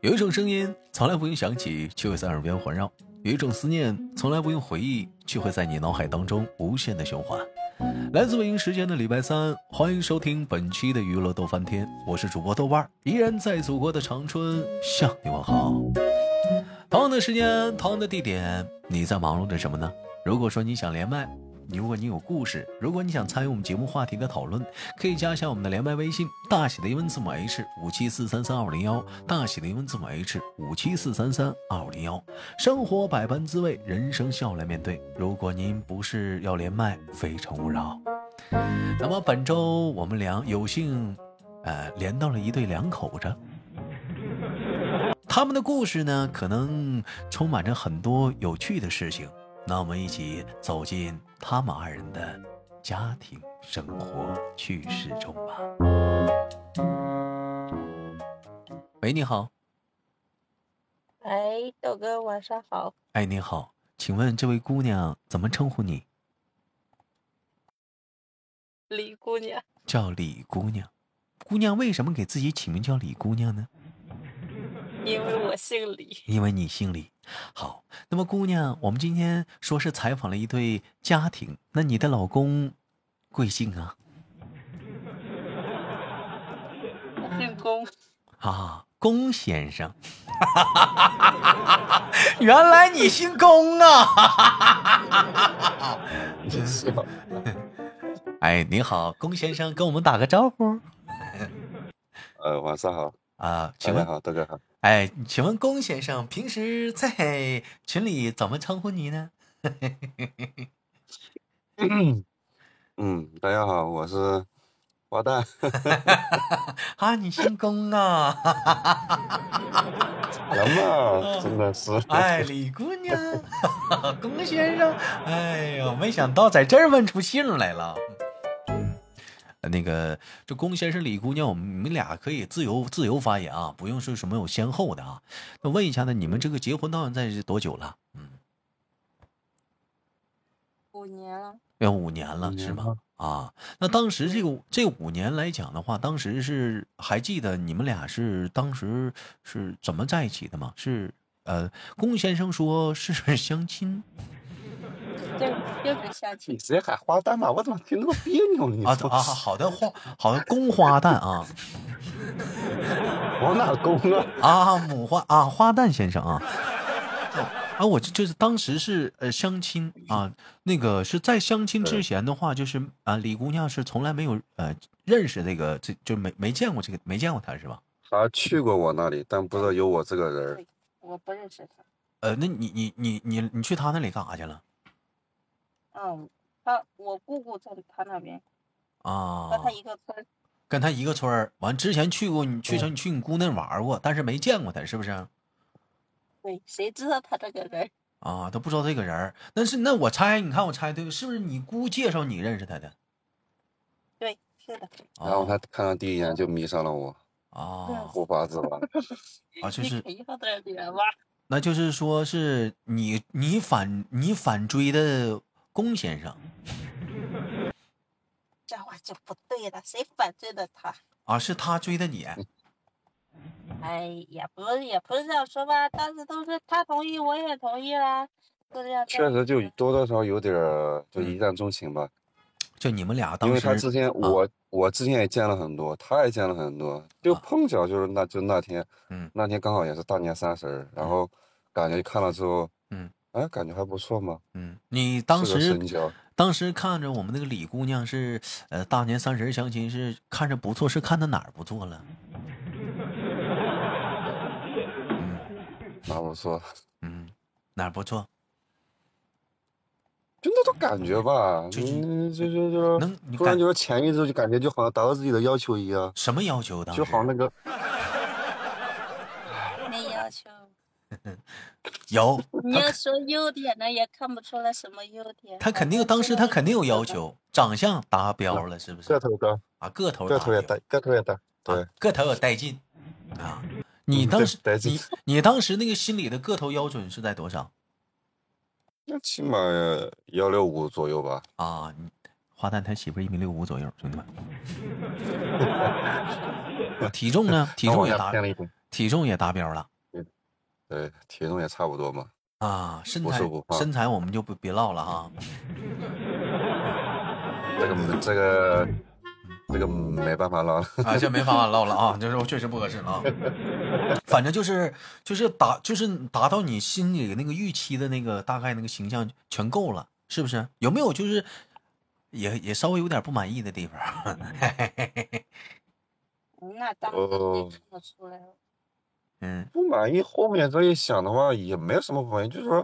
有一种声音从来不用想起，却会在耳边环绕；有一种思念从来不用回忆，却会在你脑海当中无限的循环。来自北京时间的礼拜三，欢迎收听本期的娱乐逗翻天，我是主播豆瓣儿，依然在祖国的长春向你问好。同样的时间，同样的地点，你在忙碌着什么呢？如果说你想连麦，你如果你有故事，如果你想参与我们节目话题的讨论，可以加一下我们的连麦微信，大写的英文字母 H 五七四三三二五零幺，大写的英文字母 H 五七四三三二五零幺。生活百般滋味，人生笑来面对。如果您不是要连麦，非诚勿扰。那么本周我们俩有幸，呃，连到了一对两口子。他们的故事呢，可能充满着很多有趣的事情。那我们一起走进他们二人的家庭生活趣事中吧。喂，你好，哎，豆哥，晚上好。哎，你好，请问这位姑娘怎么称呼你？李姑娘，叫李姑娘。姑娘为什么给自己起名叫李姑娘呢？因为我姓李。因为你姓李。好，那么姑娘，我们今天说是采访了一对家庭，那你的老公贵姓啊？我姓龚，啊，龚先生。 原来你姓龚啊！哎，你好，龚先生，跟我们打个招呼 呃，晚上好，啊？大请家问，好，大家好。哎，请问龚先生平时在群里怎么称呼你呢？ 嗯，大家好，我是花旦。啊，你姓龚啊？人嘛，真的是，哦哎，李姑娘， 龚先生，哎呦，没想到在这儿问出姓来了。呃那个，这龚先生、李姑娘，我们你们俩可以自由自由发言啊，不用说什么有先后的啊。那问一下呢，你们这个结婚到现在是多久了？嗯，五年了。要五年了五年是吗了？啊，那当时这个这五年来讲的话，当时是还记得你们俩是当时是怎么在一起的吗？是呃，龚先生说是 相亲这又不相你亲，直接喊花旦嘛，我怎么听着别扭？你啊说 啊，好的花好的公花旦啊我哪公啊？啊母花啊花旦先生啊。啊，我就就是当时是呃相亲啊，那个是在相亲之前的话，就是啊李姑娘是从来没有呃认识这个这就没没见过这个没见过她是吧？他去过我那里，但不知道有我这个人儿。我不认识他。呃，那你你你你你去他那里干啥去了嗯，他我姑姑在他那边，啊和？他一个村儿。跟他一个村儿，完之前去过你去对成你去你姑那玩儿过，但是没见过他，是不是？对，谁知道他这个人？啊，都不知道这个人儿。那是那我猜，你看我猜对了，是不是你姑介绍你认识他的？对，是的。然后啊他看到第一眼就迷上了我，啊无法自拔。啊，就嗯你是肯定要的人吧？那就是说是你你反你反追的龚先生这话就不对了，谁反对了他？啊，是他追的你嗯哎，也不是也不是这样说吧，当时都是他同意，我也同意啦，就这样。确实就多多少少有点儿就嗯一见钟情吧，就你们俩因当为他之时啊前我我之前也见了很多，他也见了很多，就啊碰巧就是那就那天嗯，那天刚好也是大年三十儿，然后感觉看了之后，嗯，哎，感觉还不错嘛，嗯，你当是个时神交。当时看着我们那个李姑娘是，呃，大年三十相亲是看着不错，是看她哪儿不错了？嗯那我说，嗯，哪儿不错？就那种感觉吧，就是嗯，就就就能你突然感就是潜意识就感觉就好像达到自己的要求一样，什么要求？当时就好像那个没要求。有你他要说优点呢，也看不出来什么优点。啊他肯定当时他肯定有要，求，长相达标了是不个是？头高，啊，个头个头也达大，个头也大，标，对啊，个头也带劲 啊！你当时对带劲你你当时那个心里的个头标准是在多少那起码幺六五左右吧，啊？你花旦他媳妇一米六五左右，兄 弟们。啊体重呢？体然后重往也下达 偏了一点，体重也达标了对，体重也差不多嘛。啊，身不材瘦不胖身材我们就不别唠了哈。这个这个这个没办法了， 啊，这没办法唠了啊，就是我确实不合适了啊。反正就是就是达就是达到你心里那个预期的那个大概那个形象全够了，是不是？有没有就是也也稍微有点不满意的地方？嗯那当然哦也看得出来了。 嗯不满意。后面这一想的话，也没有什么不满意，就是说，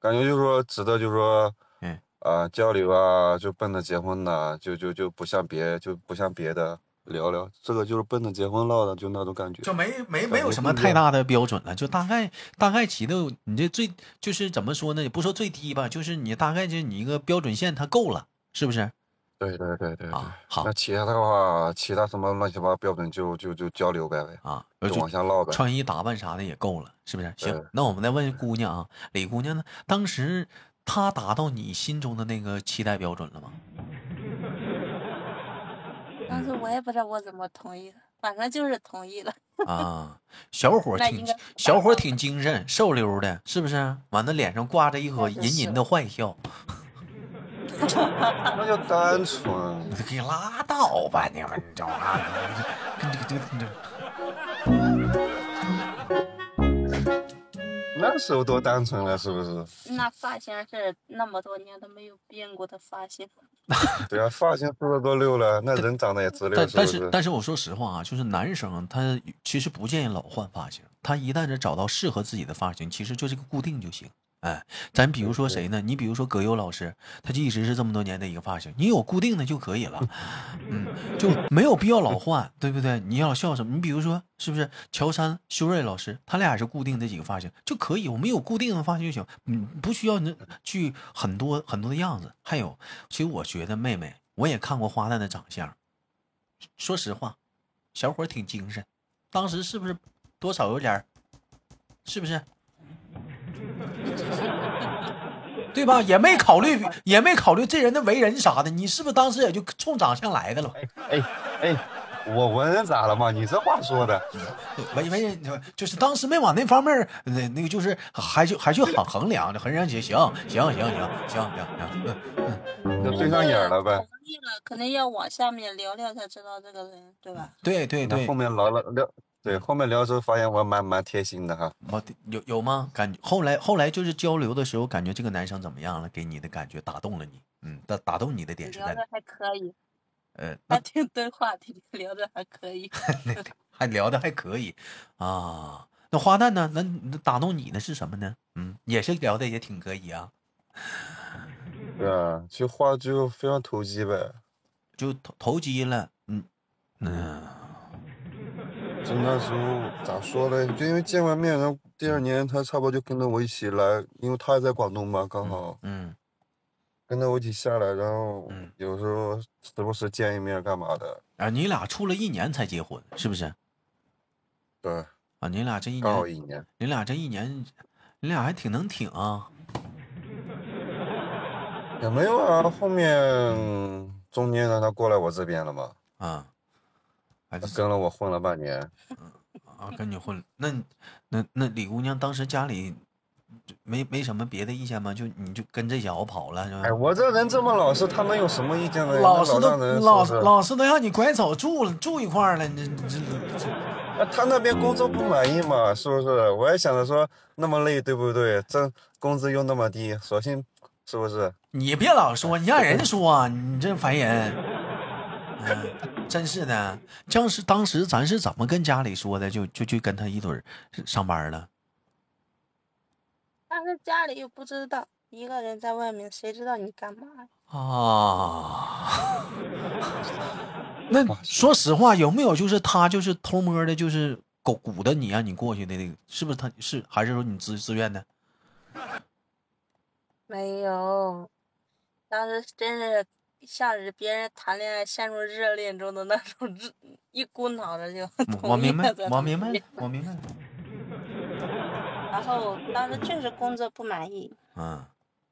感觉就是说，值得就是说，嗯啊、交流啊，就奔着结婚呐，就就就不像别就不像别的聊聊，这个就是奔着结婚唠的，就那种感觉。就没没感没有觉什么不一太样大的标准了，就大概大概齐的，你这最就是怎么说呢？也不说最低吧，就是你大概就你一个标准线它够了，是不是？对对对对对。啊，好那其他的话，其他什么乱七八糟标准就就就交流呗呗，啊，就就往下唠呗。穿衣打扮啥的也够了，是不是？行对，那我们再问姑娘啊，李姑娘呢？当时她达到你心中的那个期待标准了吗？当时我也不知道我怎么同意的，反正就是同意了。啊，小伙儿那挺应该小伙儿挺精神，瘦溜的，是不是？完了脸上挂着一颗那就隐是隐了的坏笑，那就单纯。你给拉倒吧，你们你知道吗？跟这个这个 这个那时候多单纯了，是不是？那发型是那么多年都没有变过的发型，对啊，发型梳的都溜了，那人长得也直溜，但但不是是？但是我说实话啊，就是男生他其实不建议老换发型，他一旦是找到适合自己的发型，其实就是个固定就行。哎，咱比如说谁呢？你比如说葛优老师，他就一直是这么多年的一个发型，你有固定的就可以了，嗯，就没有必要老换，对不对？你要笑什么？你比如说是不是乔杉、修睿老师，他俩也是固定这几个发型就可以，我们有固定的发型就行，嗯，不需要你去很多很多的样子。还有，其实我觉得妹妹，我也看过花旦的长相，说实话，小伙儿挺精神，当时是不是多少有点儿，是不是？ 对吧？也没考虑，也没考虑这人的为人啥的，你是不是当时也就冲长相来的了？哎哎，我文人咋了嘛？你这话说的，为为人就是当时没往那方面儿，那那个就是还去还去衡衡量的，衡量起行行行行行行行，嗯就对上眼儿了呗。同意了，肯定要往下面聊聊才知道这个人，对吧？对对那对后，面聊了聊，对，后面聊之后发现我蛮蛮贴心的哈。我有有吗？感觉后来后来就是交流的时候，感觉这个男生怎么样了？给你的感觉打动了你，嗯，打打动你的点是聊在哪的还可以， 呃，那还挺对话题，聊的还可 以。还聊的还可以啊。那花旦呢？那那打动你的是什么呢？嗯，也是聊的也挺可以啊，对啊，就话就非常投机呗，就投投机了，嗯嗯就那时候咋说呢？就因为见完面，然后第二年他差不多就跟着我一起来，因为他也在广东嘛，刚好嗯跟着我一起下来，然后嗯有时候时不时见一面干嘛的。啊，你俩处了一年才结婚，是不是？对，啊，你俩这一刚好年，哦一年。你俩这一年，你俩还挺能挺啊。也没有啊，后面嗯中间让他过来我这边了嘛，啊，哎，他这跟了我混了半年，啊，跟你混了，那你那那李姑娘当时家里就没没什么别的意见吗？就你就跟这小子跑了是吧？哎，我这人这么老实，他能有什么意见呢？老师那都让人老是不是老师都让你拐走住了住一块儿了，你这这这啊他那边工作不满意嘛，是不是？我也想着说那么累，对不对？这工资又那么低，索性是不是？你别老说，你让人说、啊你这烦人。嗯、真是的，当时当时咱是怎么跟家里说的？就就就跟他一堆儿上班了。但是家里又不知道，一个人在外面，谁知道你干嘛？啊，那说实话，有没有就是他就是偷摸的，就是狗鼓捣你让你过去的那个，是不是他是还是说你自自愿的？没有，当时真是像是别人谈恋爱陷入热恋中的那种热，一股脑的就我同嗯我意明白了的，我同明白意了，我明白了。然后当时确实工作不满意，嗯，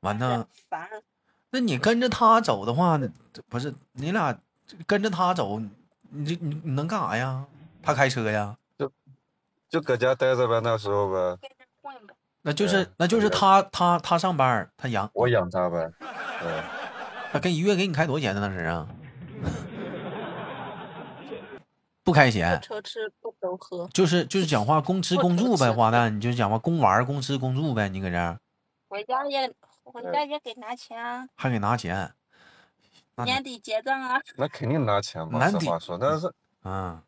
完很了，烦。那你跟着他走的话，这不是你俩跟着他走，你这你啊你能干啥呀？他开车呀？就搁家待着呗，那时候呗。那就是对那就是啊他他他上班儿，他养我养他呗，对，他跟一月给你开多少钱呢？当时啊，不开钱，愁吃不愁喝。就是就是讲话公吃不公住不呗，吃花旦，你就讲话公玩儿公吃公住呗，你搁这儿回家也回嗯家也给拿钱啊，还给拿钱，那你年底结账啊。那肯定拿钱嘛，难实抵话说，但是嗯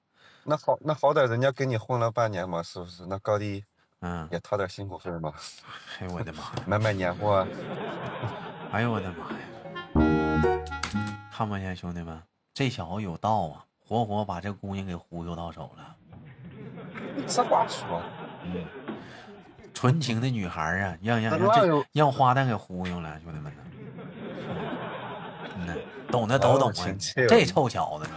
那好那好歹人家跟你混了半年嘛，是不是？那高低嗯，也掏点辛苦费嘛，哎呦我的妈呀！买买年货啊，哎呦我的妈呀！看没见兄弟们，这小子有道啊，活活把这姑娘给忽悠到手了。实话说，嗯，纯情的女孩儿啊，让让那让哪这有让花旦给忽悠了，兄弟们呢。嗯呐，懂的都懂哪有啊亲切，这啊臭小子。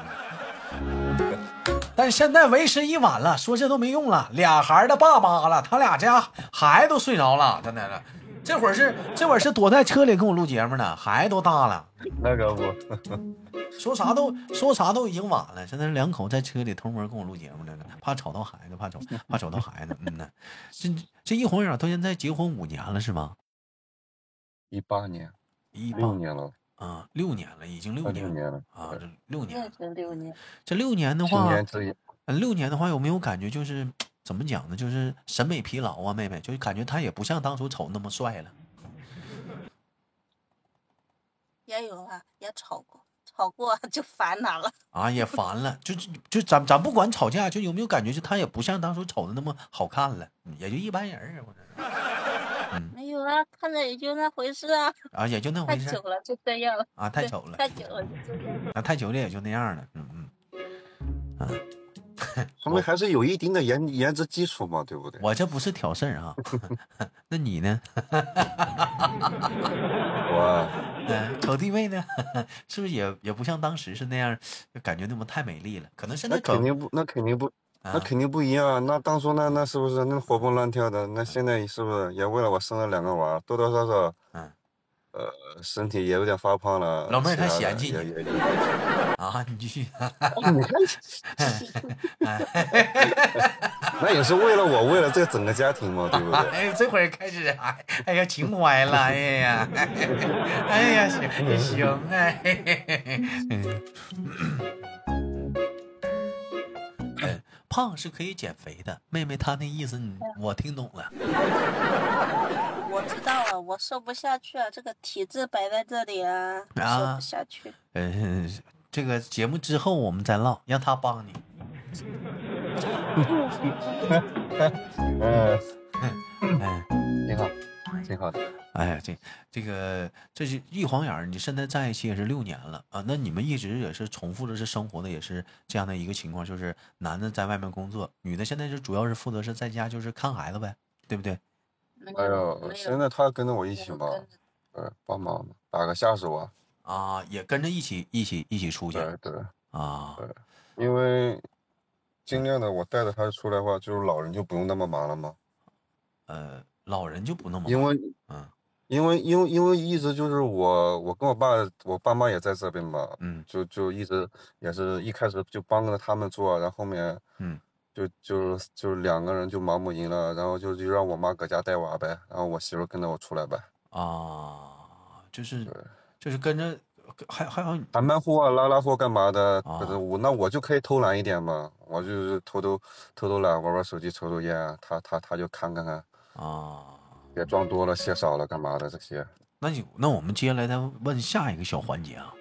但是现在为时已晚了，说这都没用了。俩孩儿的爸妈了，他俩家孩子都睡着了，真的了。这会儿是这会儿是躲在车里跟我录节目呢，孩子都大了。那个不，说啥都说啥都已经晚了，现在两口在车里偷摸跟我录节目来了，怕吵到孩子，怕吵怕吵到孩子。嗯呐，这这一晃眼到现在结婚五年了是吗？一八年，一八六年了，啊，六年了，已经六快六年了年了，啊，这六年那了。是六年，这六年的七话，年之痒。呃六年的话有没有感觉就是怎么讲呢？就是审美疲劳啊，妹妹，就是感觉他也不像当初瞅那么帅了。也有啊，也吵过，吵过 就烦他了。啊，也烦了，就就就咱咱不管吵架，就有没有感觉，就他也不像当初瞅的那么好看了，嗯也就一般人儿啊，我这是嗯没有啊，看着也就那回事啊，啊，也就那太回事久儿了就这样，啊，太丑了。太久了就这样。那太久了也就那样了，嗯嗯，说明还是有一定的颜颜值基础嘛，对不对？我这不是挑事儿 啊， 那你呢？我嗯、丑弟妹呢？ 是不是也也不像当时是那样，就感觉那么太美丽了？可能现在那丑肯定不，那肯定不，啊那肯定不一样啊。那当初那那是不是那活蹦乱跳的？那现在是不是也为了我生了两个娃，多多少少，嗯呃，身体也有点发胖了。老妹儿其他她的嫌弃也你也啊，你继续你看，那也是为了我，为了这整个家庭嘛，对不对？ 哎，这会儿开始哎哎呀情怀了，哎呀， 哎呀行行哎， 嘿嘿嘿嗯哎胖是可以减肥的，妹妹她那意思你我听懂了。我知道了，我瘦不下去啊，这个体质摆在这里啊，瘦啊不下去。嗯，这个节目之后我们再唠，让他帮你。 嗯，哎，挺好，挺好的。哎呀，这这个这是一晃眼儿，你现在在一起也是六年了啊。那你们一直也是重复着是生活的，也是这样的一个情况，就是男的在外面工作，女的现在是主要是负责是在家就是看孩子呗，对不对？没哎有，呦，没现有，在他跟着我一起我嘛，跟着呃，帮忙嘛打个下手啊，啊，也跟着一起一起一起出去对对。啊对因为尽量的我带着他出来的话，就是老人就不用那么忙了嘛。呃，老人就不那么因为嗯因为因为因为一直就是我我跟我爸我爸妈也在这边嘛，嗯就就一直也是一开始就帮着他们做，然后后面嗯就就就两个人就忙不赢了，然后就就让我妈搁家带娃呗，然后我媳妇跟着我出来呗，啊，就是对就是跟着还还有搬搬货啊拉拉货干嘛的，啊可是我那我就可以偷懒一点嘛，我就是偷偷偷偷懒玩玩手机抽抽烟啊，他他他就看看看。啊。别撞多了，写少了，干嘛的这些？那就那我们接下来再问下一个小环节啊。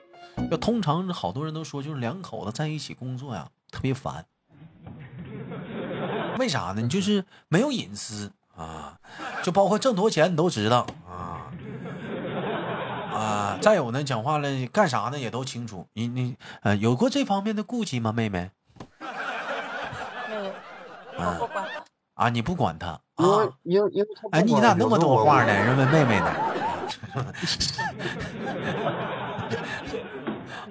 要通常好多人都说，就是两口子在一起工作呀，特别烦。为啥呢？你就是没有隐私啊，就包括挣多少钱你都知道啊啊。再有呢，讲话了干啥呢也都清楚。你你呃，有过这方面的顾忌吗，妹妹？没有，啊嗯我不管了。啊，你不管他因为啊？因为因为他哎，不你管咋有那么时候多我话呢？？人问妹妹呢？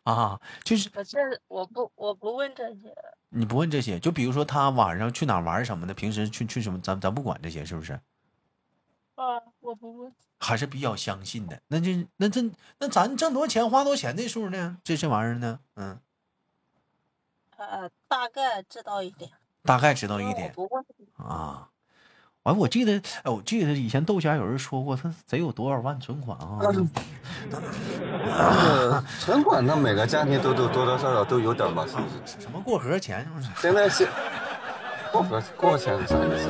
啊，就是我这我不我不问这些，你不问这些，就比如说他晚上去哪儿玩什么的，平时去去什么，咱咱不管这些，是不是？啊，我不问。还是比较相信的。那就那这那咱挣多少钱花多少钱这数呢？这这玩意儿呢？嗯，啊，大概知道一点，大概知道因一为我点哦不问。啊。完，我记得，哎，我记得以前豆家有人说过，他贼有多少万存款啊？嗯那个存款，那每个家庭都都多多少少都有点吧，是不是？什么过河钱是不是？现在是过河过河钱是啥意思？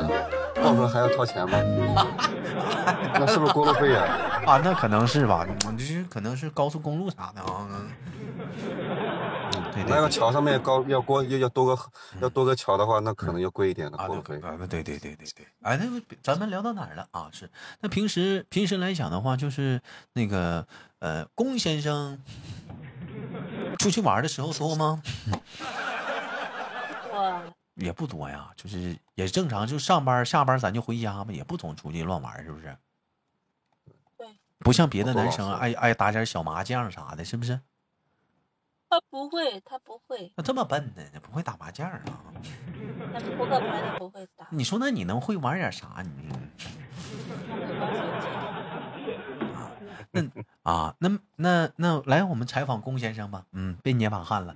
过河还要掏钱吗？那是不是过路费呀、啊，那可能是吧，嗯就是可能是高速公路啥的啊。嗯对对那个对，桥上面高要过要要多个要多个桥的话，那可能要贵一点的啊，过对路费。啊，对对对对对，哎，那个咱们聊到哪儿了啊？是，那平时平时来讲的话，就是那个呃，龚先生出去玩的时候多吗？哇，也不多呀，就是也正常，就上班下班咱就回家嘛，也不总出去乱玩，是不是？对，不像别的不多男老生啊实爱爱打点小麻将啥的，是不是？他不会，他不会，那这么笨呢？不会打麻将啊？他扑克牌他不会打，你说那你能会玩点啥？你说嗯他会玩手机。那啊，那那那来，我们采访龚先生吧。嗯，别捏把汗了。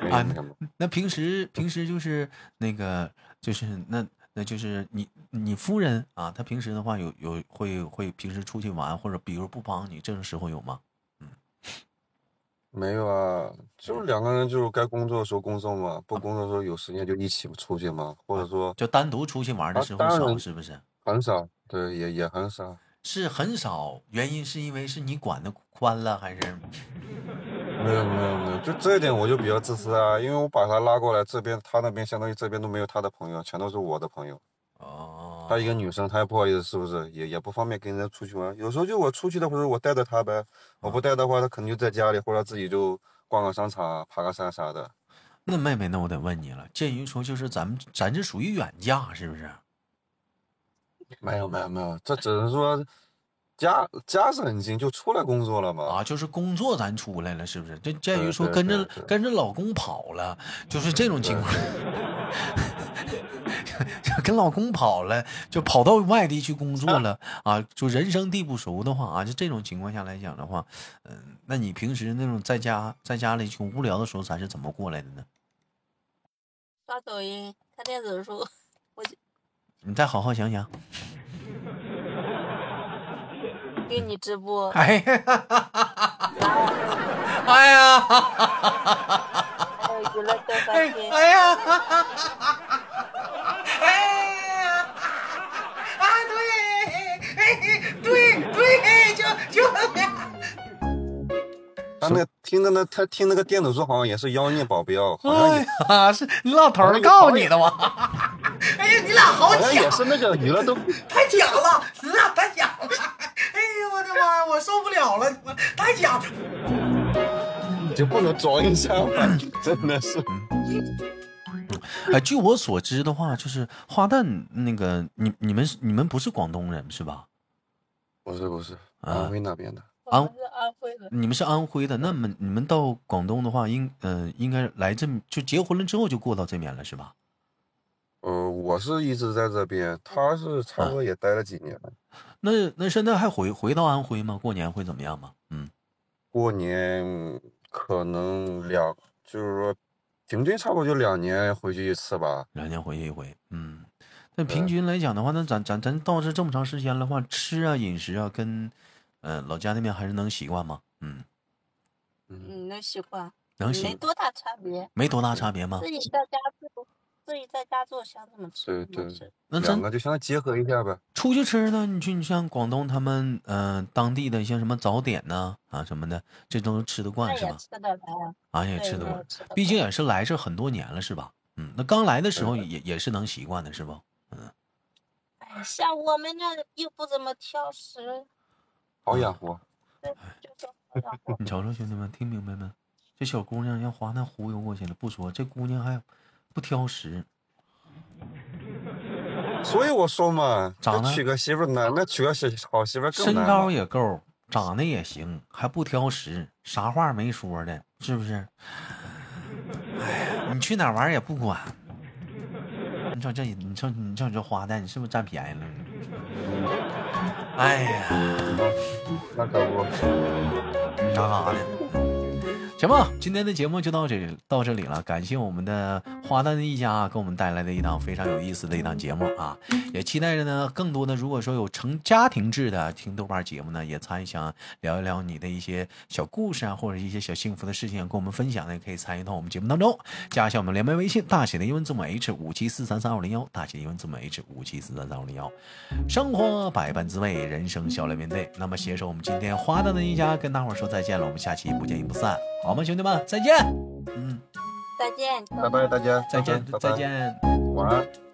没啊没什么那平时平时就是那个就是那那就是你你夫人啊，她平时的话有有会会平时出去玩，或者比如不帮你，这种时候有吗？没有啊，就是两个人就是该工作的时候工作嘛，不工作的时候有时间就一起出去嘛，或者说就单独出去玩的啊时候当少，然是不是？很少，对，也也很少。是很少，原因是因为是你管的宽了，还是没有没有没有，就这一点我就比较自私啊，因为我把他拉过来这边，他那边相当于这边都没有他的朋友，全都是我的朋友。哦？她一个女生，她也不好意思，是不是？也也不方便跟人家出去玩。有时候就我出去的时候，我带着她呗，我哦不带的话，她肯定就在家里，或者自己就逛个商场、爬个山啥的。那妹妹，那我得问你了，鉴于说就是咱们咱这属于远嫁，是不是？没有没有没有，这只是说家家是很近，就出来工作了嘛。啊，就是工作咱出来了，是不是？这鉴于对说对跟着对对跟着老公跑了，就是这种情况， 就跟老公跑了，就跑到外地去工作了啊，就人生地不熟的话啊，就这种情况下来讲的话，嗯、那你平时那种在家在家里就无聊的时候，咱是怎么过来的呢？刷抖音，看电子书，你再好好想想。给你直播，哎呀，哎呀，还有娱乐笑哎翻 天。哎呀，哎呀，啊对，哎对对，就就。她那听的那她听那个电子书好像也是妖孽保镖，好像哎也呀，是你老头儿告诉你的吗？ 哎呀，你俩好好像也假，是那个娱乐都太假了，你俩太假了！哎呦我的妈，我受不了了，太假了。你就不能装一下 吗？真的是。哎，据我所知的话，就是花旦那个，你你们你们不是广东人是吧？不是不是，啊安徽那边的，我们是安徽 的，你们是安徽的，那么你们到广东的话，应呃应该来这就结婚了之后就过到这边了是吧？呃，我是一直在这边，她是差不多也待了几年了。那那现在还回回到安徽吗？过年会怎么样吗？嗯，过年可能两，就是说平均差不多就两年回去一次吧。两年回去一回，嗯。那平均来讲的话，那咱咱咱到这这么长时间的话，吃啊饮食啊，跟呃老家那边还是能习惯吗？嗯，嗯，嗯，能习惯，能没习，多大差别。没多大差别啊吗？自己在家做，自己在家做，想怎么吃对怎么对吃。那咱两个就相当于结合一下呗。出去吃呢，你去你像广东他们呃当地的像什么早点呐啊什么的，这都吃得那惯是也吧？吃得来啊，啊也对，吃得那惯也。吃得来毕竟也是来这很多年了，是吧？嗯，那刚来的时候也也是能习惯的，是不？哎，像我们这又不怎么挑食，好啊养活，就是好 养活你瞅瞅，兄弟们，听明白没？这小姑娘让华南忽悠过去了，不说这姑娘还不挑食，所以我说嘛，咋这了娶个媳妇儿难，那娶个媳好媳妇儿身更难高了。也够，长得也行，还不挑食，啥话没说的，是不 是？哎，你去哪儿玩儿也不管。你瞅这，你瞅你瞅你这花旦，你是不是占便宜了？ 哎呀！那可不，嘎嘎的。行吧，今天的节目就到这到这里了，感谢我们的花旦一家给我们带来的一档非常有意思的一档节目啊，也期待着呢更多的如果说有成家庭制的听豆瓣节目呢，也参与想聊一聊你的一些小故事啊，或者一些小幸福的事情跟我们分享的，也可以参与到我们节目当中，加一下我们连麦微信大写的英文字母 H 五七四三三二零幺，大写的英文字母 H 五七四三三二零幺。生活百般滋味，人生笑来面对。那么携手我们今天花旦的一家跟大伙儿说再见了，我们下期不见不散，好吗，兄弟们，再见。嗯，再见，拜拜大家，再见拜，拜再，见。晚安。